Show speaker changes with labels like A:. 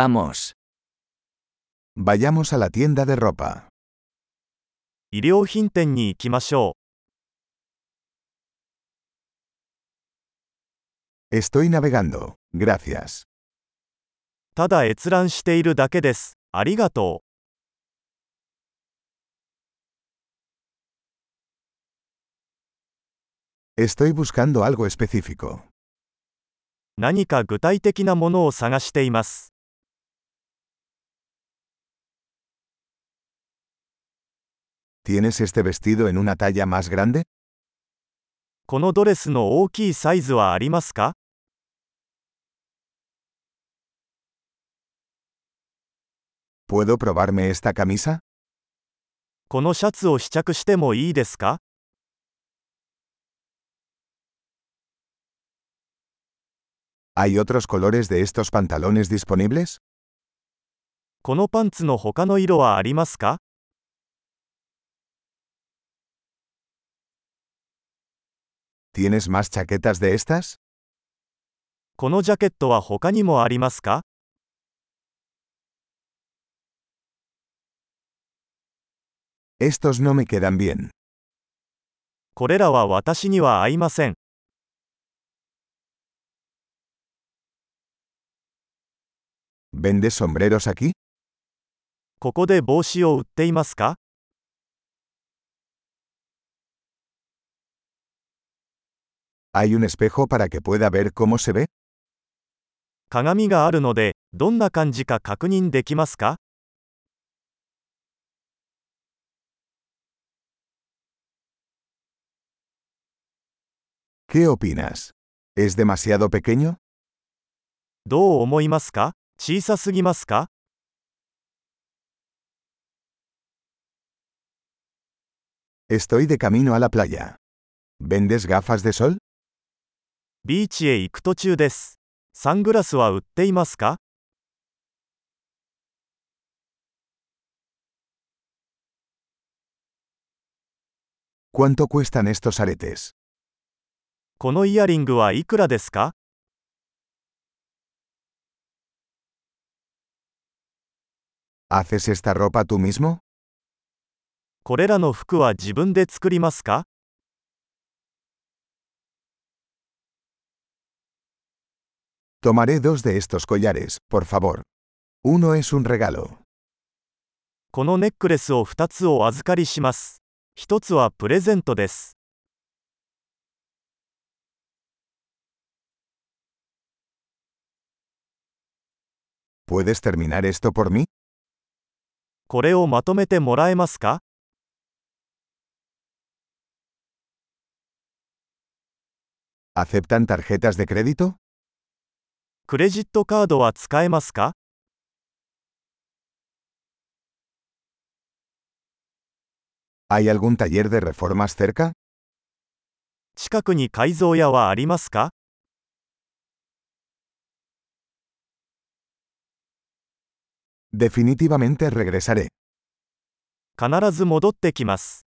A: Vamos.
B: Vayamos a la tienda de ropa.
C: 衣料品店に行きましょ
B: Estoy navegando. Gracias.
C: う。ただ閲覧しているだけです。ありがと
B: Estoy buscando algo específico.
C: う。何か具体的なものを探しています。
B: ¿Tienes este vestido en una talla más grande?
C: このドレスの大きいサイズはありますか
B: ¿Puedo probarme esta camisa?
C: このシャツを試着してもいいですか
B: ¿Hay otros colores de estos pantalones disponibles?
C: このパンツの他の色はありますか
B: ¿Tienes más chaquetas de estas?
C: このジャケットは他にもありますか
B: Estos no me quedan bien.
C: これらは私には合いません。
B: ¿Vendes sombreros aquí?
C: ここで帽子を売っていますか
B: ¿Hay un espejo para que pueda ver cómo se ve?
C: 鏡があるので、どんな感じか確認できますか
B: ¿Qué opinas? ¿Es demasiado pequeño?
C: どう思いますか小さすぎますか
B: Estoy de camino a la playa. ¿Vendes gafas de sol?
C: ビーチへ行く途中です。サングラスは売っていますか
B: ¿Cuánto cuestan estos aretes?
C: このイヤリングはいくらですか
B: ¿Haces esta ropa tú mismo?
C: これらの服は自分で作りますか
B: Tomaré dos de estos collares, por favor. Uno es un regalo.
C: このネックレスを2つお預かりします。1つはプレゼントです。
B: ¿Puedes terminar esto por mí?
C: これをまとめてもらえますか
B: ¿Aceptan tarjetas de crédito?
C: クレジットカードは使えますか
B: ¿Hay algún taller de reformas cerca?
C: 近くに改造屋はありますか
B: Definitivamente regresaré.
C: 必ず戻ってきます。